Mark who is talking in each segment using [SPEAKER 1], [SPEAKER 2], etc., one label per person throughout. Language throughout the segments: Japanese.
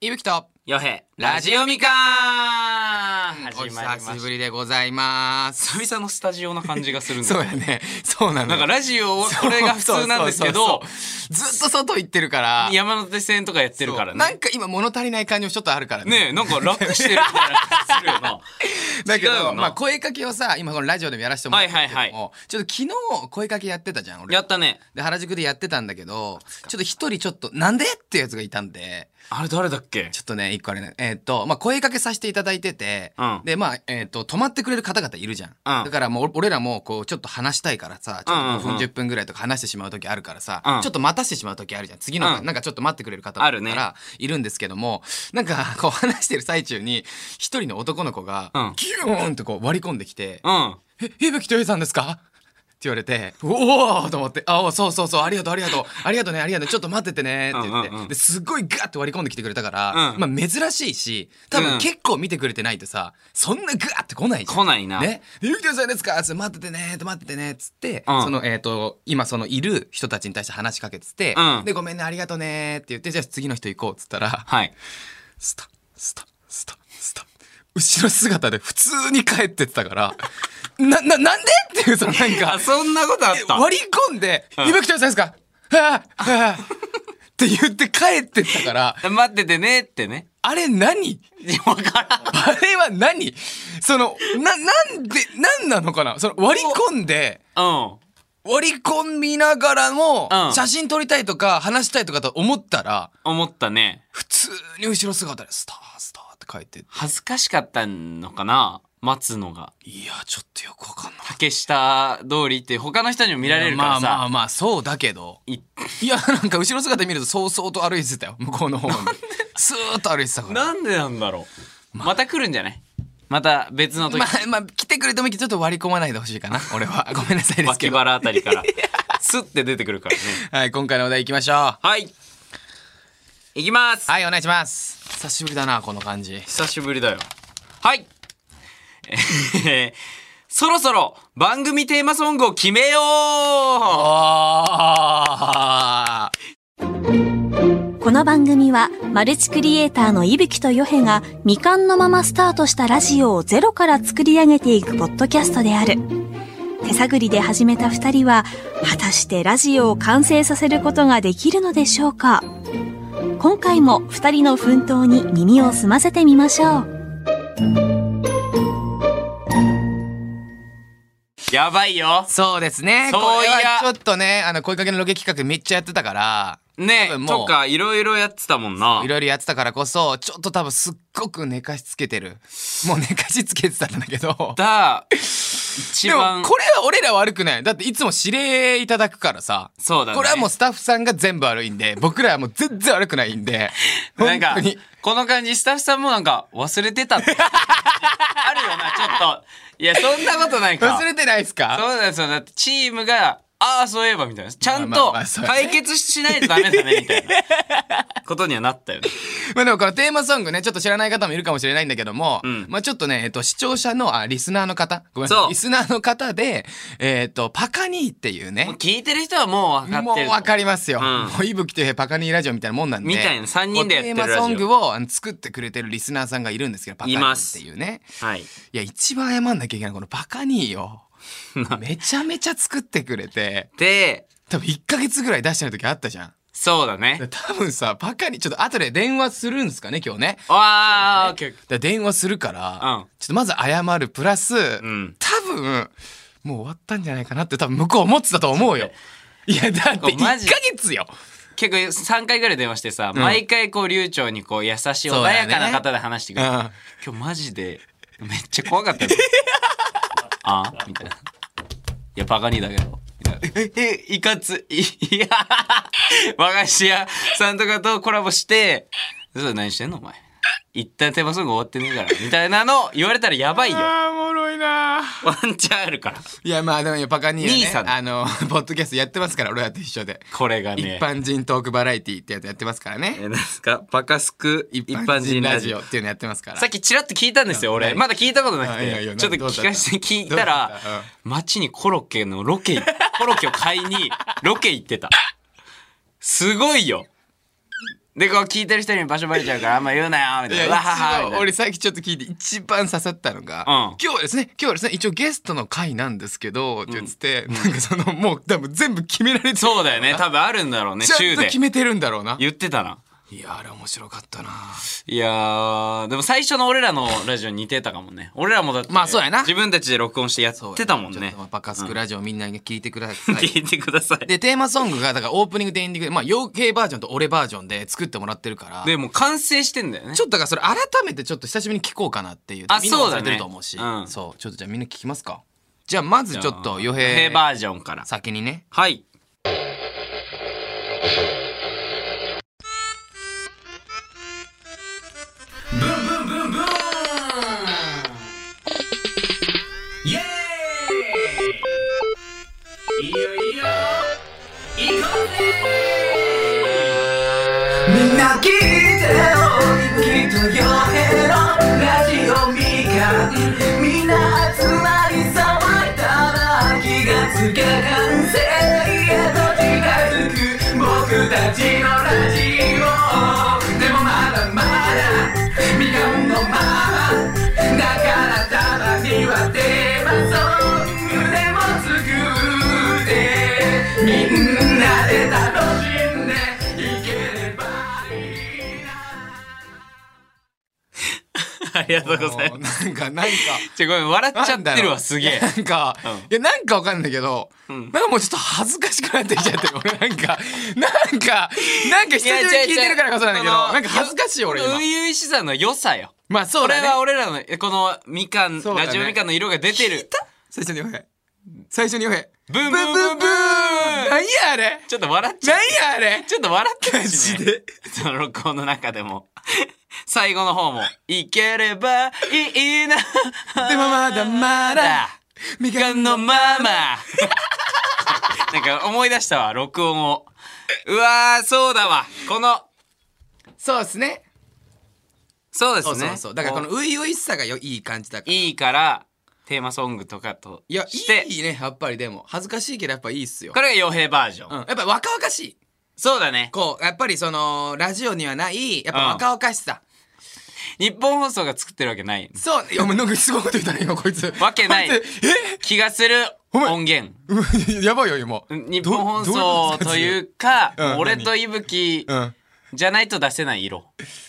[SPEAKER 1] いぶきと
[SPEAKER 2] よへラジオみかん
[SPEAKER 1] お
[SPEAKER 2] 始まりま
[SPEAKER 1] 久しぶ
[SPEAKER 2] し
[SPEAKER 1] りでございます
[SPEAKER 2] た久々のスタジオな感じがするんだ
[SPEAKER 1] そうやねそうなの
[SPEAKER 2] なんかラジオはこれが普通なんです
[SPEAKER 1] そう
[SPEAKER 2] けど
[SPEAKER 1] そうそうそうずっと外行ってるから
[SPEAKER 2] 山手線とかやってるから
[SPEAKER 1] そうな
[SPEAKER 2] ね
[SPEAKER 1] んか今物足りない感じもちょっとあるからね
[SPEAKER 2] ねえなんか楽してるみたいな感じする よな
[SPEAKER 1] だけ
[SPEAKER 2] 違う
[SPEAKER 1] ど
[SPEAKER 2] よな
[SPEAKER 1] まあ声かけをさ今このラジオでもやらせてもらってるけども、
[SPEAKER 2] はいはいは
[SPEAKER 1] ちょっと昨日声かけやってたじゃん俺
[SPEAKER 2] やったね
[SPEAKER 1] で原宿でやってたんだけどちょっと一人ちょっとなんでっていうやつがいたんで
[SPEAKER 2] あれ誰だっけ
[SPEAKER 1] ちょっとね一個あれねえーっとまあ声かけさせていただいてて、
[SPEAKER 2] うん
[SPEAKER 1] でまあえーっと泊まってくれる方々いるじゃん、だからもう俺らもこうちょっと話したいからさちょ
[SPEAKER 2] うんうんう
[SPEAKER 1] っ
[SPEAKER 2] ん
[SPEAKER 1] と5分10分ぐらいとか話してしまう時あるからさ、
[SPEAKER 2] うん
[SPEAKER 1] ちょっと待たせてしまう時あるじゃん次の、
[SPEAKER 2] うん
[SPEAKER 1] なんかちょっと待ってくれる方
[SPEAKER 2] あるね
[SPEAKER 1] からいるんですけども、なんかこう話してる最中に一人の男の子が、
[SPEAKER 2] うん
[SPEAKER 1] ギューンとこう割り込んできて
[SPEAKER 2] うん
[SPEAKER 1] え、ひぶきとゆさんですかって言われて、おおと思って、あ、おそうそうそう、ありがとう、ありがとう、ありがとうね、ありがとう、ちょっと待っててね、って言って、
[SPEAKER 2] うんうんうん
[SPEAKER 1] ですっごいガーって割り込んできてくれたから、
[SPEAKER 2] うん
[SPEAKER 1] まあ珍しいし、多
[SPEAKER 2] う
[SPEAKER 1] 分
[SPEAKER 2] ん
[SPEAKER 1] 結構見てくれてないとさ、そんなガーって来ないじゃん。
[SPEAKER 2] 来ないな
[SPEAKER 1] ね。でゆきとゆさんですかつって待っててね、待っててね、つって、
[SPEAKER 2] うん
[SPEAKER 1] その、えっ、と、今そのいる人たちに対して話しかけてて、
[SPEAKER 2] うん
[SPEAKER 1] で、ごめんね、ありがとうね、って言って、じゃあ次の人行こう、つったら、
[SPEAKER 2] はい
[SPEAKER 1] スタスタスタスタ後ろ姿で普通に帰ってってたから なななんでっていうそのなんか
[SPEAKER 2] あそんなことあっ
[SPEAKER 1] え
[SPEAKER 2] た
[SPEAKER 1] 割り込んで「今来てくださいですか?はあ」はあって言って帰ってったから
[SPEAKER 2] 待っててねってね
[SPEAKER 1] あれ何
[SPEAKER 2] 分からん
[SPEAKER 1] あれは何そのななんでなんなのかなその割り込んで
[SPEAKER 2] うん
[SPEAKER 1] 割り込みながらも
[SPEAKER 2] うん
[SPEAKER 1] 写真撮りたいとか話したいとかと思ったら
[SPEAKER 2] 思ったね
[SPEAKER 1] 普通に後ろ姿で「スタースター」って帰ってって
[SPEAKER 2] 恥ずかしかったのかな待つのが
[SPEAKER 1] いやちょっとよくわかんない。
[SPEAKER 2] 竹下通りって他の人にも見られるからさ、
[SPEAKER 1] まあまあまあそうだけど
[SPEAKER 2] い
[SPEAKER 1] いやなんか後ろ姿見るとそうそうと歩いてたよ向こうの方にスーッと歩いてたから
[SPEAKER 2] なんでなんだろうまた来るんじゃないまた別の時、
[SPEAKER 1] まあまあ来てくれてもいいけどちょっと割り込まないでほしいか な俺はごめんな さいですけ
[SPEAKER 2] 脇
[SPEAKER 1] ど
[SPEAKER 2] 腹あたりからスッて出てくるからね
[SPEAKER 1] はい今回のお題いきましょう
[SPEAKER 2] はいいきます
[SPEAKER 1] はいお願いします久しぶりだなこの感じ
[SPEAKER 2] 久しぶりだよはい えーそろそろ番組テーマソングを決めよう
[SPEAKER 1] あ
[SPEAKER 3] この番組はマルチクリエイターの伊吹とヨヘが未完のままスタートしたラジオをゼロから作り上げていくポッドキャストである手探りで始めた二人は果たしてラジオを完成させることができるのでしょうか今回も二人の奮闘に耳を澄ませてみましょう
[SPEAKER 2] やばいよ
[SPEAKER 1] そうですね
[SPEAKER 2] そう
[SPEAKER 1] これはい
[SPEAKER 2] や
[SPEAKER 1] ちょっとねあの声かけのロケ企画めっちゃやってたから
[SPEAKER 2] ね
[SPEAKER 1] 多分もう
[SPEAKER 2] とかいろいろやってたもんない
[SPEAKER 1] ろいろやってたからこそちょっと多分すっごく寝かしつけてるもう寝かしつけてたんだけど
[SPEAKER 2] だ 一
[SPEAKER 1] でも
[SPEAKER 2] 番
[SPEAKER 1] これは俺ら悪くないだっていつも指令いただくからさ
[SPEAKER 2] そうだね
[SPEAKER 1] これはもうスタッフさんが全部悪いん で僕らはもう全然悪くないんで
[SPEAKER 2] なん
[SPEAKER 1] 本
[SPEAKER 2] か
[SPEAKER 1] 当に、
[SPEAKER 2] この感じ、スタッフさんもなんか、忘れてた って。あるよな、ちょっと。いや、そんなことないか。
[SPEAKER 1] 忘れてないですか
[SPEAKER 2] そうなんですよ。だって、チームが、ああ、そういえば、みたいな。ちゃ
[SPEAKER 1] ま
[SPEAKER 2] ん
[SPEAKER 1] あまあ
[SPEAKER 2] と
[SPEAKER 1] まあそう、
[SPEAKER 2] 解決しないとダメだね、みたいな。ことにはなったよね。
[SPEAKER 1] まあでもこのテーマソングねちょっと知らない方もいるかもしれないんだけども、
[SPEAKER 2] ん
[SPEAKER 1] まあちょっとね、えっと、視聴者のあリスナーの方ごめんなさいう
[SPEAKER 2] そ
[SPEAKER 1] リスナーの方で、えっとパカニーっていう
[SPEAKER 2] もう
[SPEAKER 1] ね
[SPEAKER 2] 聞いてる人はもう分か
[SPEAKER 1] も
[SPEAKER 2] っ
[SPEAKER 1] う
[SPEAKER 2] てる。
[SPEAKER 1] 分かりますよ、
[SPEAKER 2] うん
[SPEAKER 1] もういぶきというパカニーラジオみたいなもんなんで
[SPEAKER 2] みたいな三人でやってる
[SPEAKER 1] こうテーマソン
[SPEAKER 2] ラ
[SPEAKER 1] グをあの作ってくれてるリスナーさんがいるんですけどパカニーっていうね
[SPEAKER 2] はい。
[SPEAKER 1] いや、一番謝んなきゃいけない。このバカによ。めちゃめちゃ作ってくれて、
[SPEAKER 2] で、
[SPEAKER 1] 多分1ヶ月ぐらい出してない時あったじゃん。
[SPEAKER 2] そうだね
[SPEAKER 1] で。多分さ、バカに、ちょっと後で電話するんですかね、今日ね。
[SPEAKER 2] わあ、オッケーオッケー
[SPEAKER 1] で電話するから、
[SPEAKER 2] うん
[SPEAKER 1] ちょっとまず謝る、プラス、
[SPEAKER 2] ん
[SPEAKER 1] 多分、もう終わったんじゃないかなって多分向こう思ってたと思うよ。いや、だって
[SPEAKER 2] こう
[SPEAKER 1] 1ヶ
[SPEAKER 2] マジ
[SPEAKER 1] 月よ。
[SPEAKER 2] 結構3回ぐらい電話してさ、毎回こう流暢にこう優しい
[SPEAKER 1] そうだ
[SPEAKER 2] 穏
[SPEAKER 1] よ
[SPEAKER 2] や
[SPEAKER 1] ね
[SPEAKER 2] かな方で話してく
[SPEAKER 1] う
[SPEAKER 2] れる、
[SPEAKER 1] ん。
[SPEAKER 2] 今日マジでめっちゃ怖か ったよあみたいな「いやバカにだけど」みたいなええいかつい いや和菓子屋さんとかとコラボして「それ何してんのお前一旦テーマソング終わってねえから」みたいなの言われたらやばいよ
[SPEAKER 1] あー、おもろいな
[SPEAKER 2] ワンチャンあるから
[SPEAKER 1] いや、まあでもバカにはね
[SPEAKER 2] 兄さん
[SPEAKER 1] あの、 ポッドキャストやってますから、俺らと一緒で。
[SPEAKER 2] これがね
[SPEAKER 1] 一般人トークバラエティってやつやってますからね。
[SPEAKER 2] えなんですかバカすく一般人ラジオ
[SPEAKER 1] っていうのやってますから
[SPEAKER 2] さっきチラッと聞いたんですよ
[SPEAKER 1] う
[SPEAKER 2] 俺
[SPEAKER 1] ん
[SPEAKER 2] まだ聞いたことなく
[SPEAKER 1] うんいやいや
[SPEAKER 2] てちょっと
[SPEAKER 1] どうだった
[SPEAKER 2] 聞かして聞い
[SPEAKER 1] ど
[SPEAKER 2] たら
[SPEAKER 1] うだった
[SPEAKER 2] 街にコロッケのロケ コロッケを買いにロケ行ってたすごいよでこう聞いてる人に場所バレちゃうからあんま言うなよみ
[SPEAKER 1] い
[SPEAKER 2] たい
[SPEAKER 1] や
[SPEAKER 2] な
[SPEAKER 1] 一
[SPEAKER 2] わははみ
[SPEAKER 1] 番
[SPEAKER 2] たい
[SPEAKER 1] 俺
[SPEAKER 2] な
[SPEAKER 1] さっきちょっと聞いて一番刺さったのが、
[SPEAKER 2] うん
[SPEAKER 1] 今日はですね今日はですね一応ゲストの回なんですけどって言ってて、なんかそのもう多分全部決められてる
[SPEAKER 2] そうだよね多分あるんだろうね
[SPEAKER 1] ちゃ
[SPEAKER 2] 週
[SPEAKER 1] んと
[SPEAKER 2] で
[SPEAKER 1] 決めてるんだろうな
[SPEAKER 2] 言ってたない
[SPEAKER 1] やあれ面白かったない
[SPEAKER 2] やーでも最初の俺らのラジオに似てたかもね俺らもだって
[SPEAKER 1] まあそうやな
[SPEAKER 2] 自分たちで録音してやってたもん
[SPEAKER 1] ちょっ
[SPEAKER 2] ね
[SPEAKER 1] とバカスクラジオみんなに聞いてください、
[SPEAKER 2] 聞いてください
[SPEAKER 1] でテーマソングがだからオープニングとエンディングでまあ洋系バージョンと俺バージョンで作ってもらってるから
[SPEAKER 2] でもう完成してんだよね
[SPEAKER 1] ちょっとだからそれ改めてちょっと久しぶりに聞こうかなっていう
[SPEAKER 2] あ
[SPEAKER 1] みんなも
[SPEAKER 2] そうだね
[SPEAKER 1] 忘れてると思うし、
[SPEAKER 2] うん
[SPEAKER 1] そうちょっとじゃあみんな聞きますかじゃあまずちょっと
[SPEAKER 2] よ
[SPEAKER 1] 余
[SPEAKER 2] へ
[SPEAKER 1] 平
[SPEAKER 2] バージョンから
[SPEAKER 1] 先にね
[SPEAKER 2] はい
[SPEAKER 4] みんな聞いてよきっとよへのラジオみかんみんな集まり騒いだら気がつけ完成へと近づく僕たちのラジオでもまだまだみかんのままだからたまにはテーマソングでも作ってみんなで楽しんでいければいいな
[SPEAKER 2] ありがとうございます
[SPEAKER 1] すなんかなんか
[SPEAKER 2] ちょごめん笑っちゃ
[SPEAKER 1] な
[SPEAKER 2] っ
[SPEAKER 1] んだ
[SPEAKER 2] て
[SPEAKER 1] ろ
[SPEAKER 2] る
[SPEAKER 1] う
[SPEAKER 2] わすげえ
[SPEAKER 1] なんか、
[SPEAKER 2] うん
[SPEAKER 1] いやなんかわかんないけど、
[SPEAKER 2] ん
[SPEAKER 1] なんかもうちょっと恥ずかしくなってきちゃってる俺なんかなんかなん か久しぶりに聞いてるからこそなんだけど
[SPEAKER 2] いや違う違う
[SPEAKER 1] なんか恥ずかしい俺
[SPEAKER 2] この
[SPEAKER 1] 今
[SPEAKER 2] 初々しさの良さよ
[SPEAKER 1] まあそ
[SPEAKER 2] こ
[SPEAKER 1] うだ
[SPEAKER 2] れ
[SPEAKER 1] ね
[SPEAKER 2] は俺らのこのみかん、
[SPEAKER 1] そうだね
[SPEAKER 2] ラジオみかんの色が出てる
[SPEAKER 1] 最初にヨヘ最初にヨヘ
[SPEAKER 2] ブンブ
[SPEAKER 1] ブ
[SPEAKER 2] ン
[SPEAKER 1] ン
[SPEAKER 2] ブ
[SPEAKER 1] ブ
[SPEAKER 2] ン
[SPEAKER 1] ン
[SPEAKER 2] ブ
[SPEAKER 1] ブ
[SPEAKER 2] ン
[SPEAKER 1] ン何やあれ
[SPEAKER 2] ちょっと笑っちゃ
[SPEAKER 1] 何
[SPEAKER 2] う
[SPEAKER 1] やあれ
[SPEAKER 2] ちょっと笑ってるし、ね、
[SPEAKER 1] マジで
[SPEAKER 2] その録音の中でも最後の方も「いければいいな」
[SPEAKER 1] でもまだまだみ
[SPEAKER 2] みか
[SPEAKER 1] か
[SPEAKER 2] ん
[SPEAKER 1] ん
[SPEAKER 2] の
[SPEAKER 1] の
[SPEAKER 2] ママ なんか思い出したわ録音をうわーそうだわこの
[SPEAKER 1] そうですね
[SPEAKER 2] そうです
[SPEAKER 1] そ
[SPEAKER 2] ね
[SPEAKER 1] うそうそうだからこの
[SPEAKER 2] こ
[SPEAKER 1] 初々しさがよいい感じだか
[SPEAKER 2] う
[SPEAKER 1] ら
[SPEAKER 2] いいからテーマソングとかと
[SPEAKER 1] いや
[SPEAKER 2] して
[SPEAKER 1] いいねやっぱりでも恥ずかしいけどやっぱいいっすよ
[SPEAKER 2] これが傭兵バージョン、
[SPEAKER 1] うん、やっぱり若々しい
[SPEAKER 2] そうだね
[SPEAKER 1] こうやっぱりそのラジオにはないやっぱ若々しさ、
[SPEAKER 2] 日本放送が作ってるわけない
[SPEAKER 1] そういやお前なんかすごいこと言ったね今こいつ
[SPEAKER 2] わけない
[SPEAKER 1] こいつ
[SPEAKER 2] 気がする
[SPEAKER 1] お前
[SPEAKER 2] 音源
[SPEAKER 1] えやばいよ今
[SPEAKER 2] 日本放送といううか
[SPEAKER 1] うん
[SPEAKER 2] 俺と伊吹
[SPEAKER 1] うん
[SPEAKER 2] じゃないと出せない色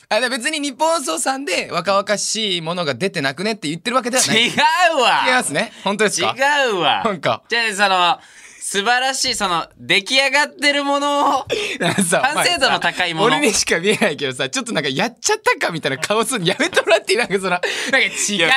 [SPEAKER 1] あで別に日本放送さんで若々しいものが出てなくねって言ってるわけではない
[SPEAKER 2] 違
[SPEAKER 1] 違いう
[SPEAKER 2] わ
[SPEAKER 1] ますね本当ですか
[SPEAKER 2] 違うわ
[SPEAKER 1] なんか
[SPEAKER 2] じゃあその素晴らしいその出来上がってるも のを
[SPEAKER 1] なんかさ
[SPEAKER 2] 完成度の
[SPEAKER 1] お前さ
[SPEAKER 2] 高いもの
[SPEAKER 1] 俺にしか見えないけどさちょっとなんかやっちゃったかみたいな顔するのやめてもらっていいなんかその なんか違うわ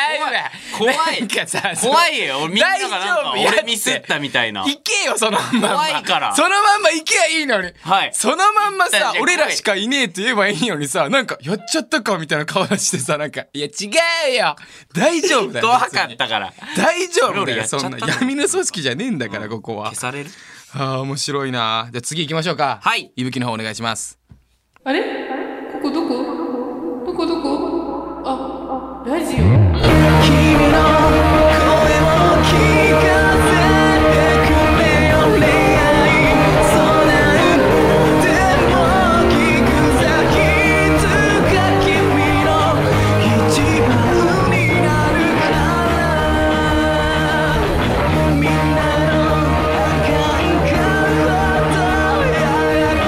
[SPEAKER 2] 怖い怖い
[SPEAKER 1] なんかさその
[SPEAKER 2] 怖いよみんながなんか
[SPEAKER 1] 大丈夫やって
[SPEAKER 2] 俺ミスったみたいな
[SPEAKER 1] 行けよそのまんま
[SPEAKER 2] 怖いから
[SPEAKER 1] そのまんま行けばいいのに、
[SPEAKER 2] はい
[SPEAKER 1] そのまんま
[SPEAKER 2] いや
[SPEAKER 1] さ
[SPEAKER 2] いや
[SPEAKER 1] 俺らしかいねえって言えばいいのにさなんかやっちゃったかみたいな顔してさなんかいや違うよ大丈夫だよ
[SPEAKER 2] 怖
[SPEAKER 1] 別に
[SPEAKER 2] かったから
[SPEAKER 1] 大丈夫
[SPEAKER 2] 俺
[SPEAKER 1] だ
[SPEAKER 2] らや
[SPEAKER 1] よ
[SPEAKER 2] っちゃった
[SPEAKER 1] そ
[SPEAKER 2] ん
[SPEAKER 1] ん
[SPEAKER 2] だ
[SPEAKER 1] な
[SPEAKER 2] よ
[SPEAKER 1] 闇の組織じゃねえんだから、ここは
[SPEAKER 2] 消される
[SPEAKER 1] ああ面白いなじゃあ次行きましょうか
[SPEAKER 2] はい
[SPEAKER 1] いぶきの方お願いします
[SPEAKER 5] あれここどこどこどこあ、ラジオ
[SPEAKER 4] 君の声を聞かせてくれよ恋愛そなんても聞くさいつか君の一番になるからみんなの赤い顔とやが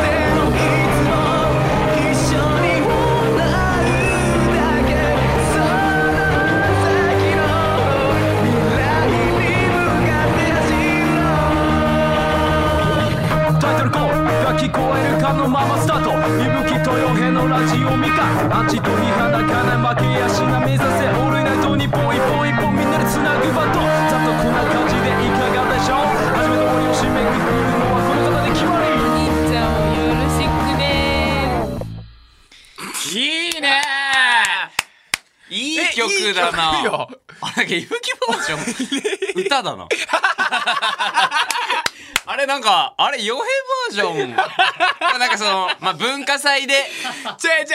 [SPEAKER 4] ていつも一緒に笑うだけそう先の未来に向かって走ろう
[SPEAKER 6] タイトルコールが聞こえるかのままスタート伊吹豊平のラジオみかんアンチと批判だかない負けやしな目指せオールナイト日本一本一本みんなでつなぐバトンざっとこんな感じでいかがでしょう初めて終わりを締めくくるのはこの方で決まり
[SPEAKER 5] お兄ちゃんをよろしくね
[SPEAKER 2] いいねいい曲だ
[SPEAKER 1] え
[SPEAKER 2] な
[SPEAKER 1] いい曲よ
[SPEAKER 2] あなんか、ゆきバージ ョン、歌だな。あれなんか、あれ、傭兵バージョン。なんかその、まあ、文化祭で、
[SPEAKER 1] 違う違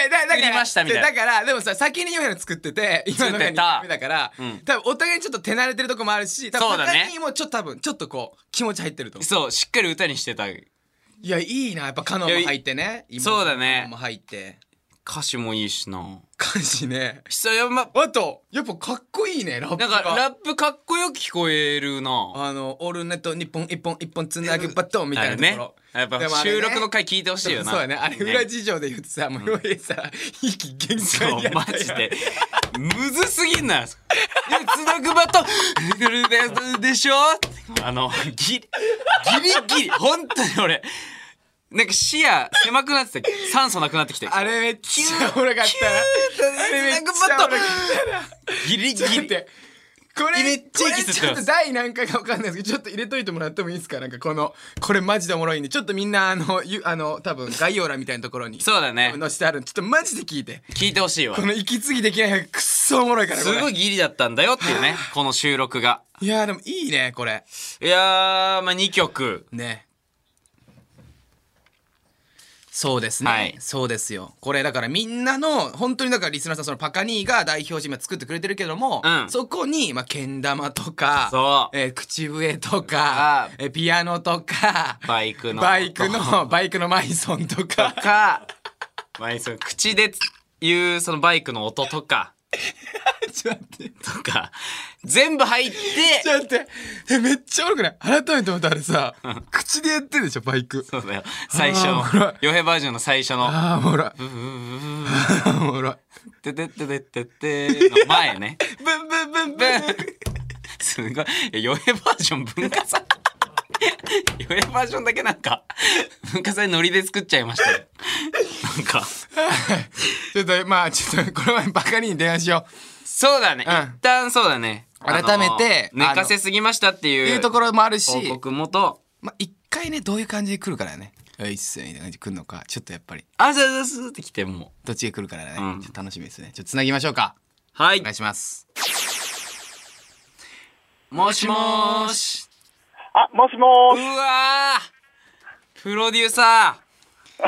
[SPEAKER 1] うだだから
[SPEAKER 2] 作りましたみたいな
[SPEAKER 1] だからでもさ先にヨヘの作ってて今のが
[SPEAKER 2] 作ってた
[SPEAKER 1] 2目だから、
[SPEAKER 2] うん
[SPEAKER 1] 多分お互いにちょっと手慣れてるとこもあるし多分
[SPEAKER 2] そうだね
[SPEAKER 1] にもちょっと多分ちょっとこう気持ち入ってると思う
[SPEAKER 2] そう、しっかり歌にしてた
[SPEAKER 1] いや、いいな。やっぱカノンも入ってね。妹
[SPEAKER 2] そうだね
[SPEAKER 1] も入って。
[SPEAKER 2] 歌詞もいいしな
[SPEAKER 1] 感じね。
[SPEAKER 2] 久山
[SPEAKER 1] あと、やっぱかっこいいね、ラップ
[SPEAKER 2] な
[SPEAKER 1] が。
[SPEAKER 2] んかラップかっこよく聞こえるな
[SPEAKER 1] あの、オールナイト日本一本一本つなぐバトンみたいなと
[SPEAKER 2] ね
[SPEAKER 1] ころ。
[SPEAKER 2] やっぱ
[SPEAKER 1] でもあれね
[SPEAKER 2] 収録の回聞いてほしいよな
[SPEAKER 1] そうだね。あれ裏事情で言ってさ、もう洋平さ、息限界
[SPEAKER 2] そう
[SPEAKER 1] やった
[SPEAKER 2] マ
[SPEAKER 1] やん
[SPEAKER 2] ジでむずすぎんなつなぐバトンでしょあのギリギリギリ本当に俺なんか視野狭くなってて酸素なくなってきて
[SPEAKER 1] あれめっちゃおもろかったな。あれめっちゃおもろかったな。
[SPEAKER 2] ギリギ
[SPEAKER 1] ちょっと待っ
[SPEAKER 2] リ
[SPEAKER 1] て。これ、
[SPEAKER 2] めっちゃ息吸って
[SPEAKER 1] これちょっ
[SPEAKER 2] ます
[SPEAKER 1] と第何回かわかんないですけど、ちょっと入れといてもらってもいいですかなんかこの、これマジでおもろいんで、ちょっとみんな、あの、ゆあの、多分概要欄みたいなところに、
[SPEAKER 2] そうだね
[SPEAKER 1] 載せてあるんでちょっとマジで聞いて。
[SPEAKER 2] 聞いてほしいわ
[SPEAKER 1] この息継ぎできないのがくっそおもろいから、こ
[SPEAKER 2] す
[SPEAKER 1] れ
[SPEAKER 2] ごいギリだったんだよっていうねこの収録が
[SPEAKER 1] いやーでもいいね、これ。
[SPEAKER 2] いやーまあ2曲
[SPEAKER 1] ね。そうですね、
[SPEAKER 2] はい
[SPEAKER 1] そうですよこれだからみんなの本当にだからリスナーさんそのパカニーが代表して今作ってくれてるけども、
[SPEAKER 2] うん
[SPEAKER 1] そこにまあけん玉とか
[SPEAKER 2] そう
[SPEAKER 1] えー口笛とか
[SPEAKER 2] あ
[SPEAKER 1] えーピアノとか
[SPEAKER 2] バイクの
[SPEAKER 1] バイクのバイクのマイソンとか
[SPEAKER 2] かまあその口で言うそのバイクの音とか
[SPEAKER 1] ちょっと待って
[SPEAKER 2] とか全部入って
[SPEAKER 1] ちょっと待ってえめっちゃおもろくない改めて思ったあれさ口でやってるでしょバイク
[SPEAKER 2] そうだよ最初の
[SPEAKER 1] あーおもろい
[SPEAKER 2] ヨヘバージョンの最初の「
[SPEAKER 1] ああおもろい
[SPEAKER 2] ブブブブブ
[SPEAKER 1] あーおもろい
[SPEAKER 2] テテテテテテ」の前ね
[SPEAKER 1] ブンブンブン
[SPEAKER 2] ブ
[SPEAKER 1] ブン
[SPEAKER 2] ンすごいえヨヘバージョン文化祭ヨヘバージョンだけなんか文化祭ノリで作っちゃいましたよなんか
[SPEAKER 1] ちょっとまあちょっとこの前バカに電話しよう
[SPEAKER 2] そうだね、
[SPEAKER 1] うん
[SPEAKER 2] 一旦そうだね
[SPEAKER 1] 改めて
[SPEAKER 2] あの寝かせすぎましたっていう
[SPEAKER 1] いうところもあるし、
[SPEAKER 2] 報告元
[SPEAKER 1] まあ、一回ねどういう感じで来るからね「よいっす」みたいな感じで来るのかちょっとやっぱり
[SPEAKER 2] あざざすってきてもう
[SPEAKER 1] どっちが来るからね、
[SPEAKER 2] うん
[SPEAKER 1] ちょっと楽しみですねちょっとつなぎましょうか
[SPEAKER 2] はい
[SPEAKER 1] お願いします
[SPEAKER 2] もしもーし
[SPEAKER 7] あ、もしも
[SPEAKER 2] う
[SPEAKER 7] ーし。
[SPEAKER 2] わープロデューサ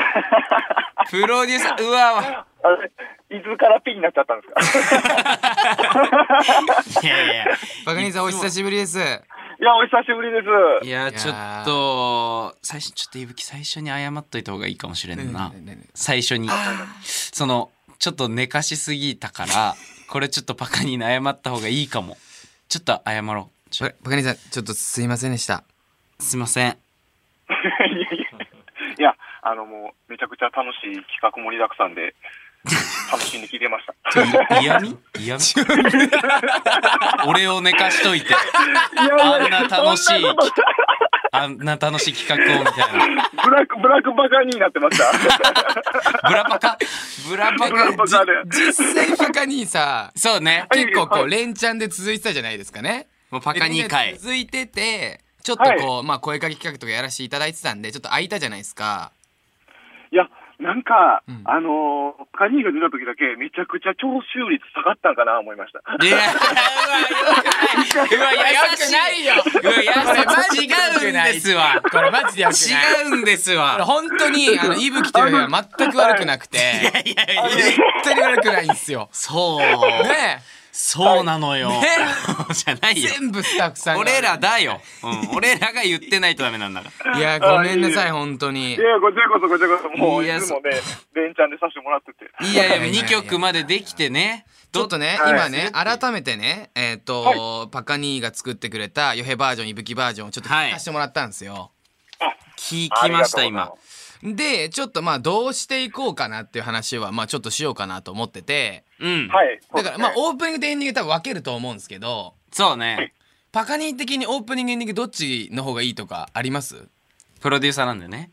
[SPEAKER 2] ープロデューサーうわ
[SPEAKER 7] あれ、伊豆からピンになっちゃったんですか
[SPEAKER 2] ーいやいや
[SPEAKER 1] バカ兄さんお久しぶりです
[SPEAKER 7] いや、お久しぶりです。
[SPEAKER 2] いやちょっと最初ちょっといぶき最初に謝っといた方がいいかもしれんな
[SPEAKER 1] ねねねね
[SPEAKER 2] 最初にそのちょっと寝かしすぎたからこれちょっとパカに謝った方がいいかもちょっと謝ろうちょ
[SPEAKER 1] ババカ兄さんちょっとすいませんでした
[SPEAKER 2] すいません
[SPEAKER 7] いやいやいや、あのもう、めちゃくちゃ楽しい企画盛りだくさんで、楽しんで聞いてました。
[SPEAKER 2] ちょ い嫌味嫌 味俺を寝かしといてあんな楽しいあんな楽しい企画をみたいな
[SPEAKER 7] ブラック、ブラックバカになって ました。
[SPEAKER 2] ブラパカブラパ
[SPEAKER 7] ブラックバ
[SPEAKER 2] カ
[SPEAKER 7] カで。
[SPEAKER 1] 実際バカ兄さん
[SPEAKER 2] そうね
[SPEAKER 7] い
[SPEAKER 1] 結構こう連チャンで続いてたじゃないですかね
[SPEAKER 2] もうパカ2
[SPEAKER 1] で
[SPEAKER 2] 回
[SPEAKER 1] 続いててちょっとこう、まあ声かけ企画とかやらせていただいてたんでちょっと空いたじゃないですか
[SPEAKER 7] いや、なんか、
[SPEAKER 1] ん
[SPEAKER 7] あのー、カニーが出た時だけ、めちゃくちゃ聴取率下がったんかな、思いました。
[SPEAKER 2] いやうわよくないうわ優しいようわ優しい違うんですわ
[SPEAKER 1] これマジでやるくない
[SPEAKER 2] 違うんですわ
[SPEAKER 1] 本当に、あの、いぶきというよりは全く悪くなくて、
[SPEAKER 2] いやいやいや
[SPEAKER 1] 本当に悪くないんですよ。
[SPEAKER 2] そう
[SPEAKER 1] ね
[SPEAKER 2] そうなのよ
[SPEAKER 1] ね
[SPEAKER 2] じゃないよ
[SPEAKER 1] 全部スタッフさんが
[SPEAKER 2] 俺らだよ、うん、俺らが言ってないとダメなんだから
[SPEAKER 1] いや、ごめんなさい、本当に
[SPEAKER 7] い。や、こちらこそこちらこそ、もう、
[SPEAKER 2] い
[SPEAKER 7] い
[SPEAKER 2] や
[SPEAKER 7] つもね、連チャンでさせてもらってて。
[SPEAKER 2] いやいや、
[SPEAKER 1] いや
[SPEAKER 2] 2曲までできてね。
[SPEAKER 1] ちょっとね、
[SPEAKER 7] はい
[SPEAKER 1] 今ね、改めてね、えっと、パカ兄が作ってくれた、ヨヘバージョン、いぶきバージョンをちょっと
[SPEAKER 2] はい
[SPEAKER 1] 聞かせてもらったんですよ。
[SPEAKER 2] 聞きました、
[SPEAKER 7] ありが
[SPEAKER 2] 今
[SPEAKER 7] とう。
[SPEAKER 1] で、ちょっとまあ、どうしていこうかなっていう話は、まあ、ちょっとしようかなと思ってて、
[SPEAKER 2] うん。
[SPEAKER 7] はい。
[SPEAKER 1] だから、 まあ、オープニングとエンディング多分分けると思うんですけど、
[SPEAKER 2] そうね。
[SPEAKER 1] パカ兄的にオープニングエンディングどっちの方がいいとかあります
[SPEAKER 2] プロデューサーなんだよね。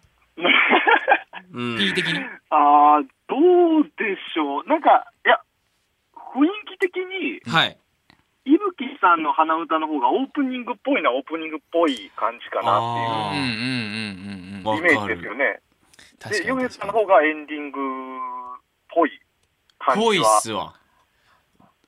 [SPEAKER 2] うん。
[SPEAKER 1] ?P 的に。
[SPEAKER 7] あー、どうでしょう。なんか、いや、雰囲気的に、
[SPEAKER 2] はい。
[SPEAKER 7] いぶきさんの鼻歌の方がオープニングっぽいな、オープニングっぽい感じかなっ
[SPEAKER 1] うんうんうんうんうん。
[SPEAKER 7] ていうイメージですよね。
[SPEAKER 1] 確
[SPEAKER 7] で、
[SPEAKER 1] か
[SPEAKER 7] ヨ
[SPEAKER 1] に
[SPEAKER 7] ヘ
[SPEAKER 1] 確か
[SPEAKER 7] さん
[SPEAKER 1] に
[SPEAKER 7] の。方がエンディングっぽい感
[SPEAKER 2] ぽ
[SPEAKER 7] じ
[SPEAKER 2] いっ
[SPEAKER 7] は。
[SPEAKER 2] すわ。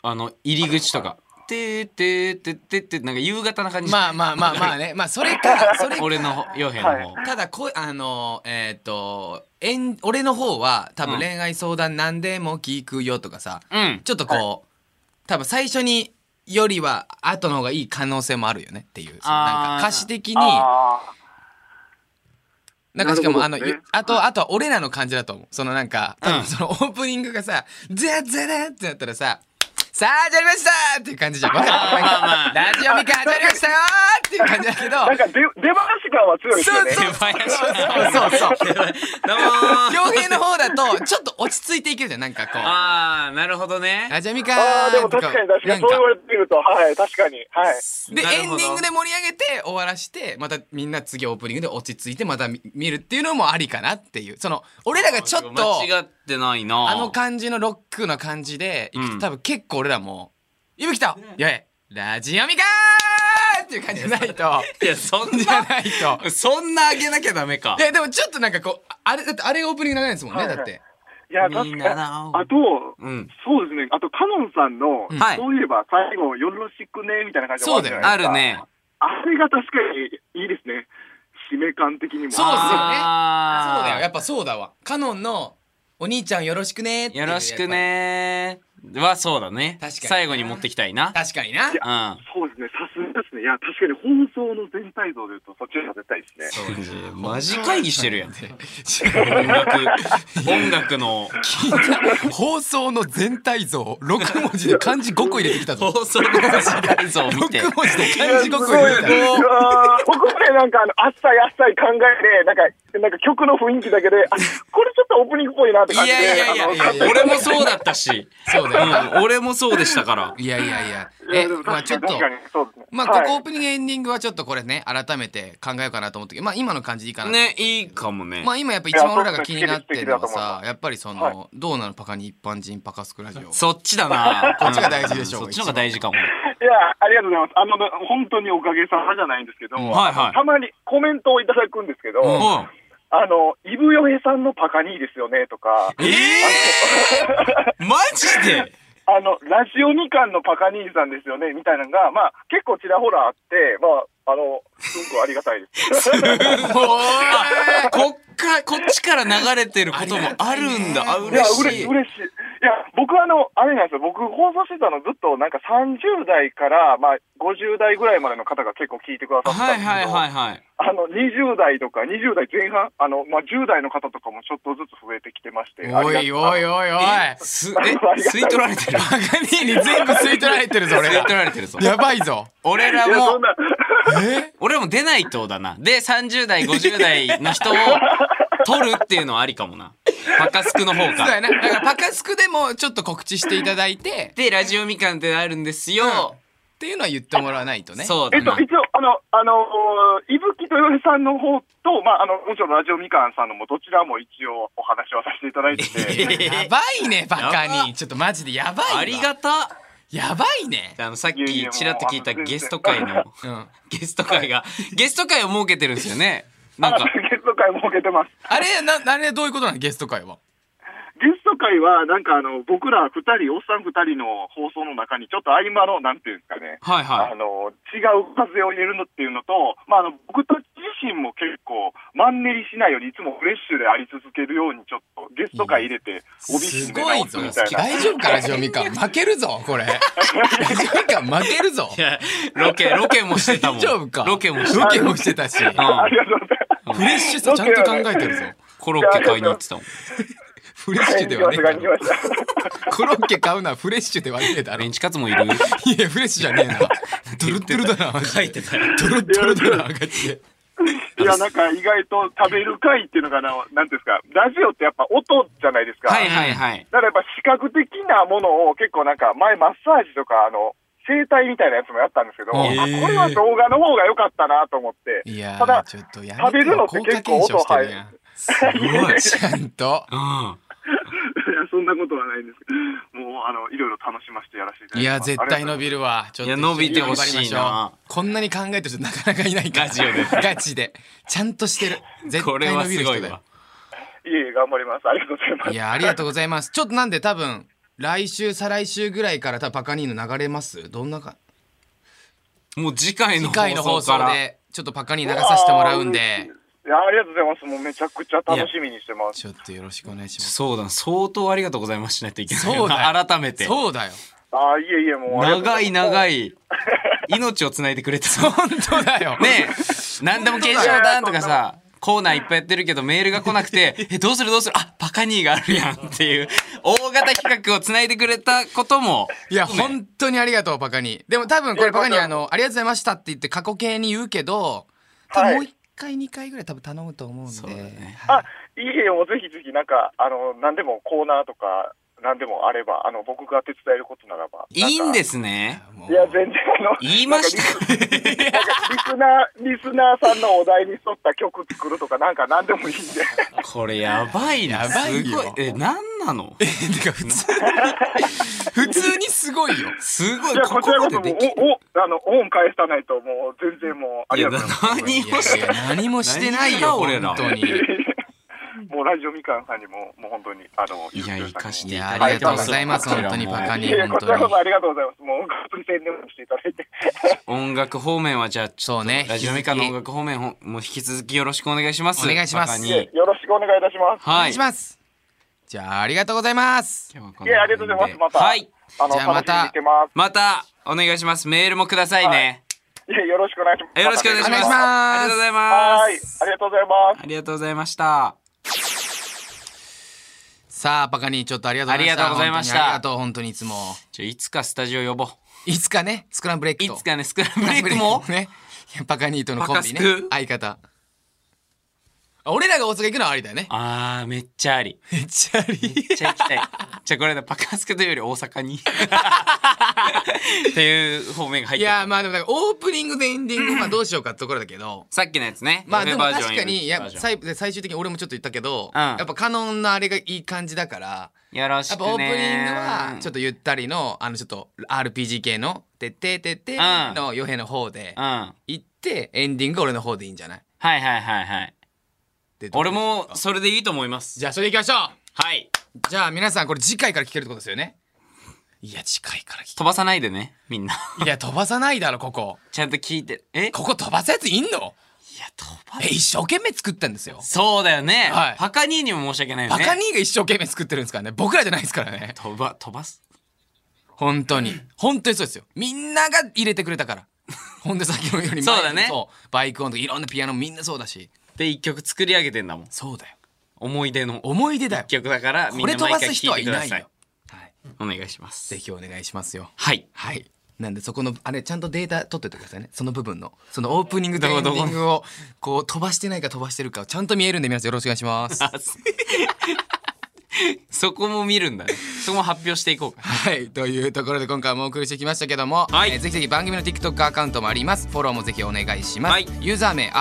[SPEAKER 2] あの、入り口とか。てーてーてーてーてーなんか夕方な感じ。
[SPEAKER 1] まあまあまあまあね。まあそれか、それか。
[SPEAKER 2] 俺の方、傭兵の方。
[SPEAKER 1] ただこ、あの、えっ、と、えん、俺の方は多
[SPEAKER 2] う
[SPEAKER 1] 分
[SPEAKER 2] ん
[SPEAKER 1] 恋愛相談なんでも聞くよとかさ、
[SPEAKER 2] うん。
[SPEAKER 1] ちょっとこう、多分最初によりは後の方がいい可能性もあるよねっていう。そのなんか
[SPEAKER 2] あー
[SPEAKER 1] 歌詞的に、
[SPEAKER 7] あ
[SPEAKER 1] なんかしかも、
[SPEAKER 7] な
[SPEAKER 1] あ
[SPEAKER 7] る
[SPEAKER 1] の、
[SPEAKER 7] ほどね
[SPEAKER 1] ゆあと、あとは俺らの感じだと思う。そのなんか、多
[SPEAKER 2] うん
[SPEAKER 1] 分そのオープニングがさ、ザザラってなったらさ、さあ、始まりましたっていう感じじゃん。わかる
[SPEAKER 2] あーまあまあ
[SPEAKER 1] ラジオミカ始まりましたよーっていう感じだけど、
[SPEAKER 7] なんか出出ばし感は強いですよね。
[SPEAKER 1] そうそう
[SPEAKER 2] そうそうそう。どうもー
[SPEAKER 1] 両平の方だと、ちょっと落ち着いていけるじゃん。なんかこう、
[SPEAKER 2] ああ、なるほどね。
[SPEAKER 1] ラジオミカ
[SPEAKER 7] ああ、でも確かに確かに、そう言われてみると、はい、確かに。はい。
[SPEAKER 1] で
[SPEAKER 2] なる
[SPEAKER 1] エ
[SPEAKER 2] ほど
[SPEAKER 1] ンディングで盛り上げて終わらしてまたみんな次オープニングで落ち着いてまた見見るっていうのもありかなっていうその俺らがちょっと
[SPEAKER 2] 間違ってないな。
[SPEAKER 1] あの感じのロックな感じでいくと、
[SPEAKER 2] うん
[SPEAKER 1] 多分結構俺らも「いぶきたやえラジオミカー!」っていう感じじゃ ないと
[SPEAKER 2] いや、そん
[SPEAKER 1] じゃない
[SPEAKER 2] な、
[SPEAKER 1] と。
[SPEAKER 2] そんなあげなきゃダメか
[SPEAKER 1] い。やでもちょっとなんかこうあれだってあれがオープニング長いんですもんね、
[SPEAKER 7] はいはい
[SPEAKER 1] だって
[SPEAKER 7] いや、
[SPEAKER 2] みん
[SPEAKER 7] 確
[SPEAKER 2] な
[SPEAKER 7] かに。
[SPEAKER 2] な
[SPEAKER 7] あと、
[SPEAKER 2] うん。
[SPEAKER 7] そうですね。あと、カノンさんの、
[SPEAKER 2] はい
[SPEAKER 7] そういえば最後、よろしくね、みたいな感じで終わじゃないですか
[SPEAKER 2] あるね。
[SPEAKER 7] あれが確かにいいですね。締め感的にも。
[SPEAKER 1] そうっすよね
[SPEAKER 2] あ
[SPEAKER 1] そ
[SPEAKER 2] ー
[SPEAKER 1] うだよやっぱそうだわカノンの「お兄ちゃんよろしくね」っていう
[SPEAKER 2] よろしくねー。は、そうだね。
[SPEAKER 1] 確かに
[SPEAKER 2] 最後に持ってきたいな
[SPEAKER 1] やっ。ぱ確かにな
[SPEAKER 2] うん。
[SPEAKER 7] そうですね。さすがですね。いや、確かに放送の全体像で言うと、そっちの方が絶対いいですね。
[SPEAKER 2] マジ会議してる やん。音楽、音楽の
[SPEAKER 1] 放送の全体像6文字で漢字5個入れてきたぞ
[SPEAKER 2] 放送の世界像を 見て
[SPEAKER 1] 6 。文字で漢字5個入れてき た
[SPEAKER 7] いやー僕もね、なんかあの、あっさいあっさい考えで、なんか、なんか曲の雰囲気だけで、あこれちょっとオープニングっぽいなって
[SPEAKER 2] い
[SPEAKER 7] 感
[SPEAKER 2] やい
[SPEAKER 7] じで。
[SPEAKER 2] やい
[SPEAKER 7] あの
[SPEAKER 2] やいや、俺もそうだったし。
[SPEAKER 1] そうだよ
[SPEAKER 2] うん、俺もそうでしたから。
[SPEAKER 1] いやいやいや
[SPEAKER 7] い
[SPEAKER 1] え
[SPEAKER 7] やでも
[SPEAKER 1] まあちょっと
[SPEAKER 7] 確かにそうですね。
[SPEAKER 1] まあここオ
[SPEAKER 7] は
[SPEAKER 1] ープニングエンディングはちょっとこれね改めて考えようかなと思ったけどまあ今の感じでいいかな、
[SPEAKER 2] ね、いいかもね。
[SPEAKER 1] まあ今やっぱ一番俺ら
[SPEAKER 7] い
[SPEAKER 1] が
[SPEAKER 7] や
[SPEAKER 1] 気になってるのは
[SPEAKER 7] そうそう
[SPEAKER 1] さやっぱりその、
[SPEAKER 7] は
[SPEAKER 1] どうなのパカに一般人パカスクラジオ
[SPEAKER 2] そっちだな。
[SPEAKER 1] こっちが大事でしょう
[SPEAKER 2] うんそっちの方が大事かも。
[SPEAKER 7] い、いや、ありがとうございます。あの、本当におかげさまじゃないんですけど、
[SPEAKER 2] うんはいはい
[SPEAKER 7] たまにコメントをいただくんですけど、
[SPEAKER 2] うん。
[SPEAKER 7] あの、イブヨヘさんのパカニーですよね、とか、
[SPEAKER 2] ええマジで
[SPEAKER 7] あの、ラジオみかんのパカニーさんですよね、みたいなのが、まあ、結構ちらほらあって、まあ、あの、すごくありがたいです。
[SPEAKER 2] あこっか、こっちから流れてることもあるんだ。あ、
[SPEAKER 7] いや、
[SPEAKER 2] 嬉
[SPEAKER 7] うれ
[SPEAKER 2] しい。
[SPEAKER 7] 嬉しい。いや、僕はあの、あれなんですよ。僕、放送してたのずっと、なんか30代から、まあ、50代ぐらいまでの方が結構聞いてくださってた
[SPEAKER 2] は
[SPEAKER 7] ん
[SPEAKER 2] い
[SPEAKER 7] ですけ
[SPEAKER 2] はい
[SPEAKER 7] ど、
[SPEAKER 2] はいはい。
[SPEAKER 7] あの、20代とか、20代前半、あの、まあ、10代の方とかもちょっとずつ増えてきてまして。
[SPEAKER 1] おいおい
[SPEAKER 7] い。
[SPEAKER 1] おいおい
[SPEAKER 2] え、す、え、吸い取られてる。
[SPEAKER 1] パカにに全部吸い取られてるぞ俺
[SPEAKER 2] 吸い
[SPEAKER 1] ら
[SPEAKER 2] 取られてるぞ。
[SPEAKER 1] やばいぞ
[SPEAKER 2] 俺ら
[SPEAKER 7] いや、そん
[SPEAKER 2] も、
[SPEAKER 7] な、
[SPEAKER 1] え
[SPEAKER 2] 俺らも出ないとだな。で、30代、50代の人を取るっていうのはありかもな。パカスクの方
[SPEAKER 1] そうや
[SPEAKER 2] か。
[SPEAKER 1] なだからパカスクでもちょっと告知していただいて
[SPEAKER 2] で、ラジオみかんってあるんですよ。
[SPEAKER 1] っていうのは言ってもらわないとね
[SPEAKER 2] そう
[SPEAKER 7] え
[SPEAKER 2] だ
[SPEAKER 7] っと
[SPEAKER 2] な、。
[SPEAKER 7] 一応、あの、あのー、いぶきとよへさんの方と、まあ、あの、もちろんラジオみかんさんのも、どちらも一応お話はさせていただいてて、
[SPEAKER 1] やばいねバカ
[SPEAKER 2] やば
[SPEAKER 1] にちょっとマジでやばいわ
[SPEAKER 2] ありがた。
[SPEAKER 1] やばいね
[SPEAKER 2] あの、さっ
[SPEAKER 7] いやい
[SPEAKER 2] き
[SPEAKER 7] や
[SPEAKER 2] ちらっと聞いた
[SPEAKER 7] もう
[SPEAKER 2] ゲスト会の、
[SPEAKER 1] うん
[SPEAKER 2] ゲスト会が、ゲスト会を設けてるんですよね。なんか、
[SPEAKER 7] ゲスト会設けてます。
[SPEAKER 1] あれなあれどういうことなのゲスト会は
[SPEAKER 7] ゲスト会は、なんかあの、僕ら二人、おっさん二人の放送の中に、ちょっと合間の、なんていうんですかね、
[SPEAKER 2] はいは
[SPEAKER 7] あの、違う風を入れるのっていうのと、まあ、あの、僕たち自身も結構、マンネリしないように、いつもフレッシュであり続けるように、ちょっと、ゲスト会入れて、帯
[SPEAKER 1] す
[SPEAKER 7] 締め
[SPEAKER 1] ごい
[SPEAKER 7] 直す
[SPEAKER 1] ぞ
[SPEAKER 7] みたいな。
[SPEAKER 1] 大丈夫かラジオミカン負けるぞこれラジオミカン負けるぞ
[SPEAKER 2] い。いや、ロケ、ロケもしてたも
[SPEAKER 1] 大
[SPEAKER 2] ん。
[SPEAKER 1] 丈夫か
[SPEAKER 2] ロケもして
[SPEAKER 1] ロ
[SPEAKER 2] た。
[SPEAKER 1] ケもしてたし
[SPEAKER 7] あ
[SPEAKER 2] う
[SPEAKER 7] り
[SPEAKER 2] ん
[SPEAKER 7] がとうございます。
[SPEAKER 1] フレッシュさちゃんと考えてるぞ
[SPEAKER 2] コロッケ買いに行ってたもん。
[SPEAKER 1] フレッ シュでは
[SPEAKER 7] はい
[SPEAKER 1] ねえ
[SPEAKER 7] 来ま
[SPEAKER 1] だ
[SPEAKER 7] し
[SPEAKER 1] ろ
[SPEAKER 7] た来ました。
[SPEAKER 1] コロッケ買うのはフレッシュではねえだろ
[SPEAKER 2] メ
[SPEAKER 1] い
[SPEAKER 2] ンチカツもい
[SPEAKER 1] や
[SPEAKER 2] る。
[SPEAKER 1] フレッシュじゃねえなドルッドルだなマジで
[SPEAKER 2] てた
[SPEAKER 1] ドルッドルだなマジで
[SPEAKER 7] いや、なんか意外と食べる会っていうのかな、なんていうんですか、ラジオってやっぱ音じゃないですか。
[SPEAKER 2] はいはいはい。
[SPEAKER 7] だからやっぱ視覚的なものを結構なんか前マッサージとかあの整体みたいなやつもやったんですけど、あ
[SPEAKER 1] ー
[SPEAKER 7] これは動画の方が良かったなと思って。
[SPEAKER 1] いや
[SPEAKER 7] た
[SPEAKER 1] ー
[SPEAKER 7] だ、
[SPEAKER 1] ちょっとや
[SPEAKER 7] 食
[SPEAKER 1] め
[SPEAKER 7] べ
[SPEAKER 1] て
[SPEAKER 7] るの
[SPEAKER 1] よ
[SPEAKER 7] って
[SPEAKER 1] 効
[SPEAKER 7] 結
[SPEAKER 1] 果
[SPEAKER 7] 構
[SPEAKER 1] 検証
[SPEAKER 7] 音
[SPEAKER 1] して
[SPEAKER 7] 入
[SPEAKER 1] る
[SPEAKER 7] る。い
[SPEAKER 1] やん
[SPEAKER 7] や
[SPEAKER 1] ちゃんと
[SPEAKER 2] うん。
[SPEAKER 7] そんなことはないです。もうあのいろいろ楽しませてやらせていただ
[SPEAKER 1] いや
[SPEAKER 7] きます。
[SPEAKER 1] 絶対伸びるわちょっと
[SPEAKER 2] いや伸びてほしいな
[SPEAKER 1] 頑張りまょうこんなに考えてる人なかなかいないから
[SPEAKER 2] ラジオで
[SPEAKER 1] ガチでちゃんとしてる絶
[SPEAKER 2] これ
[SPEAKER 1] 対
[SPEAKER 2] は
[SPEAKER 1] 伸び
[SPEAKER 2] す
[SPEAKER 1] る
[SPEAKER 2] ご
[SPEAKER 1] 人
[SPEAKER 2] い
[SPEAKER 1] だよ
[SPEAKER 2] わ。
[SPEAKER 7] いえいえ頑張ります。ありがとうござ います。
[SPEAKER 1] いやありがとうございますちょっとなんで多分来週再来週ぐらいから多分パカニーノ流れますどんなか
[SPEAKER 2] もう次回の
[SPEAKER 1] 次回の
[SPEAKER 2] 放
[SPEAKER 1] 放
[SPEAKER 2] 送
[SPEAKER 1] 送
[SPEAKER 2] から。
[SPEAKER 1] でちょっとパカニーノ流させてもらうんで
[SPEAKER 7] いやありがとうございます。もうめちゃくちゃ楽しみにしてます。
[SPEAKER 1] ちょっとよろしくお願いします
[SPEAKER 2] そうだ、相当ありがとうございますしないといけない
[SPEAKER 1] そうだ
[SPEAKER 2] な。
[SPEAKER 1] よ
[SPEAKER 2] 改めて。
[SPEAKER 1] そうだよ
[SPEAKER 7] ああいえいえもう
[SPEAKER 2] 長
[SPEAKER 7] ありがとうござ
[SPEAKER 2] い
[SPEAKER 7] います。
[SPEAKER 2] 長 い。命をつないでくれた。
[SPEAKER 1] 本当だよ
[SPEAKER 2] ねえ、何でも検証だとかさ、コーナーいっぱいやってるけどメールが来なくて、え、どうするどうするあ、バカニーがあるやんっていう、大型企画をつないでくれたことも、
[SPEAKER 1] いや、本当にありがとう、バカに。でも多分これバカに、あの、ありがとうございましたって言って過去形に言うけど、多
[SPEAKER 7] は
[SPEAKER 1] 分
[SPEAKER 7] い
[SPEAKER 1] もう一回、二回ぐらい多分頼むと思うんで。
[SPEAKER 2] そうだね
[SPEAKER 1] はい
[SPEAKER 7] いいえよ、ぜひぜひ、なんか、あの、何でもコーナーとか、何でもあれば、あの、僕が手伝えることならば。。
[SPEAKER 2] いいんですすね。
[SPEAKER 7] いや、全然、あの、
[SPEAKER 2] 言いました
[SPEAKER 7] なんかリスリスナー、リスナーさんのお題に沿った曲作るとか、なんか何でもいいん で。
[SPEAKER 2] これやばいな。
[SPEAKER 8] やばいよ
[SPEAKER 2] すごい。え、なんなの
[SPEAKER 8] てか普通に普通にすごいよ
[SPEAKER 2] すごい、
[SPEAKER 7] じゃあ、
[SPEAKER 2] こ
[SPEAKER 7] こ
[SPEAKER 2] こ
[SPEAKER 7] ちら
[SPEAKER 2] ま
[SPEAKER 7] こ
[SPEAKER 2] で
[SPEAKER 7] そ
[SPEAKER 2] で
[SPEAKER 7] もう
[SPEAKER 2] きる。、
[SPEAKER 7] お、お、あの、オン返さないと、もう、全然もう、あ
[SPEAKER 2] い
[SPEAKER 7] り
[SPEAKER 2] や、
[SPEAKER 7] がとうござい
[SPEAKER 1] い
[SPEAKER 2] 何を
[SPEAKER 7] ます。
[SPEAKER 1] や
[SPEAKER 2] し
[SPEAKER 1] いや何もしてないよ、
[SPEAKER 2] 何が
[SPEAKER 1] 本当に。
[SPEAKER 7] もう、ラジオみかんさんにも、もう本当に、あの、
[SPEAKER 2] いや、
[SPEAKER 7] ゆう
[SPEAKER 2] 生
[SPEAKER 7] すけさん
[SPEAKER 2] か
[SPEAKER 7] に
[SPEAKER 2] し
[SPEAKER 1] い
[SPEAKER 2] てい
[SPEAKER 1] や、あ
[SPEAKER 2] た
[SPEAKER 1] り
[SPEAKER 2] だ
[SPEAKER 1] が
[SPEAKER 2] いて
[SPEAKER 1] とう
[SPEAKER 2] ま
[SPEAKER 1] ご
[SPEAKER 2] す。
[SPEAKER 1] ざいます、本当にバカ
[SPEAKER 2] こ
[SPEAKER 1] に
[SPEAKER 7] い。やいやこ
[SPEAKER 1] 本
[SPEAKER 7] ちらこそ
[SPEAKER 1] 当
[SPEAKER 7] あ
[SPEAKER 1] に。
[SPEAKER 7] りがとうございます。もう、本当に宣伝をしていただいて。
[SPEAKER 2] ちらも音楽方面は、じゃあ、ちょっ
[SPEAKER 1] そうね
[SPEAKER 2] と、ラジオミカの音楽方面ほん、もう引き続きよろしくお願いします。
[SPEAKER 1] お願いします
[SPEAKER 2] バカに
[SPEAKER 7] いえよろしくお願いいたします。
[SPEAKER 1] お
[SPEAKER 2] は
[SPEAKER 1] 願
[SPEAKER 2] い。
[SPEAKER 1] いします。じゃあ、ありがとうございます。
[SPEAKER 2] 今日はこ
[SPEAKER 7] い
[SPEAKER 2] の辺で
[SPEAKER 7] や、ありがとうございます。また、
[SPEAKER 2] はい。
[SPEAKER 7] あの、
[SPEAKER 1] じゃあま
[SPEAKER 7] 楽
[SPEAKER 1] た
[SPEAKER 7] しみにしてま
[SPEAKER 2] また、お願いします。メールもくださいね。
[SPEAKER 7] す。いや、よろしくお願いします。
[SPEAKER 2] よろしくお願いします。
[SPEAKER 1] お願いします
[SPEAKER 2] ありがとうござい
[SPEAKER 7] は
[SPEAKER 2] ま
[SPEAKER 7] い
[SPEAKER 2] す。、
[SPEAKER 7] ありがとうございます。
[SPEAKER 2] ありがとうございました。
[SPEAKER 1] さあ、バカに、ちょっとありがとうございました。
[SPEAKER 2] ありがとうございました
[SPEAKER 1] 本当にありがとう、本当にいつも。
[SPEAKER 2] じゃあいつかスタジオ呼ぼう。
[SPEAKER 1] いつかね、スクランブレイク
[SPEAKER 2] い
[SPEAKER 1] と。
[SPEAKER 2] つかね、スクランブレイクも
[SPEAKER 1] ね。バカニーとのコンビね
[SPEAKER 2] バカスク。
[SPEAKER 1] 相方。あ俺らが大阪行くのはありだよね。
[SPEAKER 2] あー、めっちゃあり。
[SPEAKER 1] めっちゃあり
[SPEAKER 2] め。っちゃ行きたい。じゃあこれだ、パカスケというより大 阪に。っていう方面が入っ
[SPEAKER 1] い
[SPEAKER 2] てる
[SPEAKER 1] や、まあでもなんかオープニングでエンディング、まあどうしようかってところだけど。
[SPEAKER 2] さっきのやつね。
[SPEAKER 1] まあでも
[SPEAKER 2] カフェバージョン
[SPEAKER 1] 確かに、いや
[SPEAKER 2] バージョン
[SPEAKER 1] 最最終的に俺もちょっと言ったけど、
[SPEAKER 2] うん
[SPEAKER 1] やっぱカノンのあれがいい感じだから、
[SPEAKER 2] よろし
[SPEAKER 1] やっぱ
[SPEAKER 2] くね。
[SPEAKER 1] オープニングはちょっ
[SPEAKER 2] っ
[SPEAKER 1] とゆったりの、あのちょっと RPG 系の、てっててて
[SPEAKER 2] ん
[SPEAKER 1] の余平の方で
[SPEAKER 2] うん。は
[SPEAKER 1] 行って、エンディングが俺の方でいいんじゃない
[SPEAKER 2] いはいはいはい。
[SPEAKER 1] でどう
[SPEAKER 2] 俺もそれでいいと思います。
[SPEAKER 1] じゃあそれで行きましょう
[SPEAKER 2] はい。
[SPEAKER 1] じゃあ皆さんこれ次回から聞けるってことですよねいや次回から聞
[SPEAKER 2] 飛ばさないでね、み んな。
[SPEAKER 1] けいや飛ばさないだろここ
[SPEAKER 2] ちゃんと聞いて。えいや、
[SPEAKER 1] ここ飛ばすやついんの
[SPEAKER 2] 飛ば
[SPEAKER 1] え一生懸命作ったんですよ
[SPEAKER 2] そうだよね。
[SPEAKER 1] はい
[SPEAKER 2] パカニーにも申し訳ないよ
[SPEAKER 1] バ
[SPEAKER 2] ね。
[SPEAKER 1] カ兄が一生懸命作ってるんですからね僕らじゃないですからね
[SPEAKER 2] 飛ば、飛ばす。
[SPEAKER 1] 本当に本当にそうですよみんなが入れてくれたからほんで先ほどより前に
[SPEAKER 2] そうだね
[SPEAKER 1] そうバイク音とかいろんなピアノみんなそうだし
[SPEAKER 2] で、一曲作り上げてんだもん。
[SPEAKER 1] そうだよ
[SPEAKER 2] 思い出の
[SPEAKER 1] 思い出だよ
[SPEAKER 2] 一曲だから、み
[SPEAKER 1] こ
[SPEAKER 2] ん
[SPEAKER 1] れ
[SPEAKER 2] な
[SPEAKER 1] 飛
[SPEAKER 2] 毎
[SPEAKER 1] ば
[SPEAKER 2] 回
[SPEAKER 1] す
[SPEAKER 2] 聞
[SPEAKER 1] 人はいい
[SPEAKER 2] てくだ
[SPEAKER 1] ない
[SPEAKER 2] さい
[SPEAKER 1] よ。はい
[SPEAKER 2] お願いします
[SPEAKER 1] ぜ。ひお願いしますよ
[SPEAKER 2] はい。
[SPEAKER 1] はい。なんでそこのあれちゃんとデータ取っておいてくださいね。その部分のそのオープニングとエ
[SPEAKER 2] どこ
[SPEAKER 1] ンデ
[SPEAKER 2] どこ
[SPEAKER 1] ィングをこう飛ばしてないか飛ばしてるかをちゃんと見えるんで皆さんよろしくお願いし ます。
[SPEAKER 2] あすそこも見るんだね。そこも発表していこうか。
[SPEAKER 1] はいというところで今回もお送りしてきましたけども、
[SPEAKER 2] はい
[SPEAKER 1] えーぜひぜひ番組の TikTok アカウントもありますフォローもぜひお願いします、
[SPEAKER 2] はい
[SPEAKER 1] ユーザー名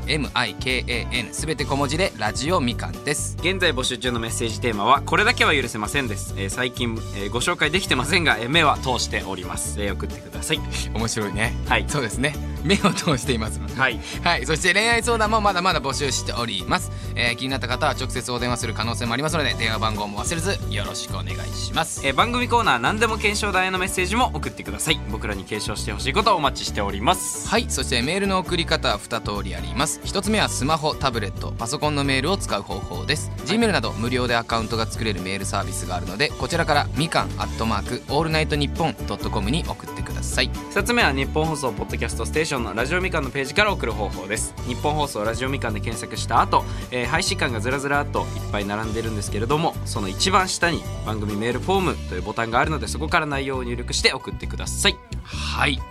[SPEAKER 1] RADIOMIKAN すべて小文字でラジオみかんです
[SPEAKER 2] 現在募集中のメッセージテーマは「これだけは許せません」です、えー最近、えーご紹介できてませんが、えー目は通しております、えー送ってください
[SPEAKER 1] 面白いね
[SPEAKER 2] はい
[SPEAKER 1] そうですね目を通していますので
[SPEAKER 2] はい
[SPEAKER 1] はい、そして恋愛相談もまだまだ募集しております、えー気になった方は直接お電話する可能性もありますので電話番号も忘れずよろしくお願いします
[SPEAKER 2] えー番組コーナー何でも検証台へのメッセージも送ってください僕らに継承してほしいことをお待ちしております
[SPEAKER 1] はいそしてメールの送り方は2通りあります1つ目はスマホタブレットパソコンのメールを使う方法です Gmail など無料でアカウントが作れるメールサービスがあるのでこちらからみかんアットマークオールナイトニッポンドットコムに送ってください
[SPEAKER 2] 2つ目は日本放送ポッドキャストステーションのラジオみかんのページから送る方法です日本放送ラジオみかんで検索した後、えー配信感がずらずらっといっぱい並んでるんですけれどもその一番下に番組メールフォームというボタンがあるのでそこから内容を入力して送ってください
[SPEAKER 1] はい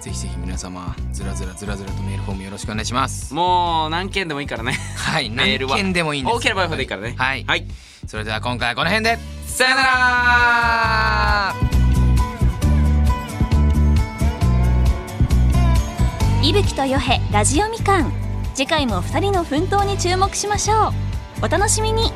[SPEAKER 1] ぜひぜひ皆様ずらずらずらずらとメールフォームよろしくお願いします
[SPEAKER 2] もう何件でもいいからね
[SPEAKER 1] はい
[SPEAKER 2] メールは
[SPEAKER 1] 何件でもいいんです
[SPEAKER 2] 多ければ多いほどいいからね
[SPEAKER 1] はい
[SPEAKER 2] はい、
[SPEAKER 1] それでは今回はこの辺で
[SPEAKER 2] さよなら
[SPEAKER 3] いぶきとよへラジオみかん次回も2人の奮闘に注目しましょうお楽しみに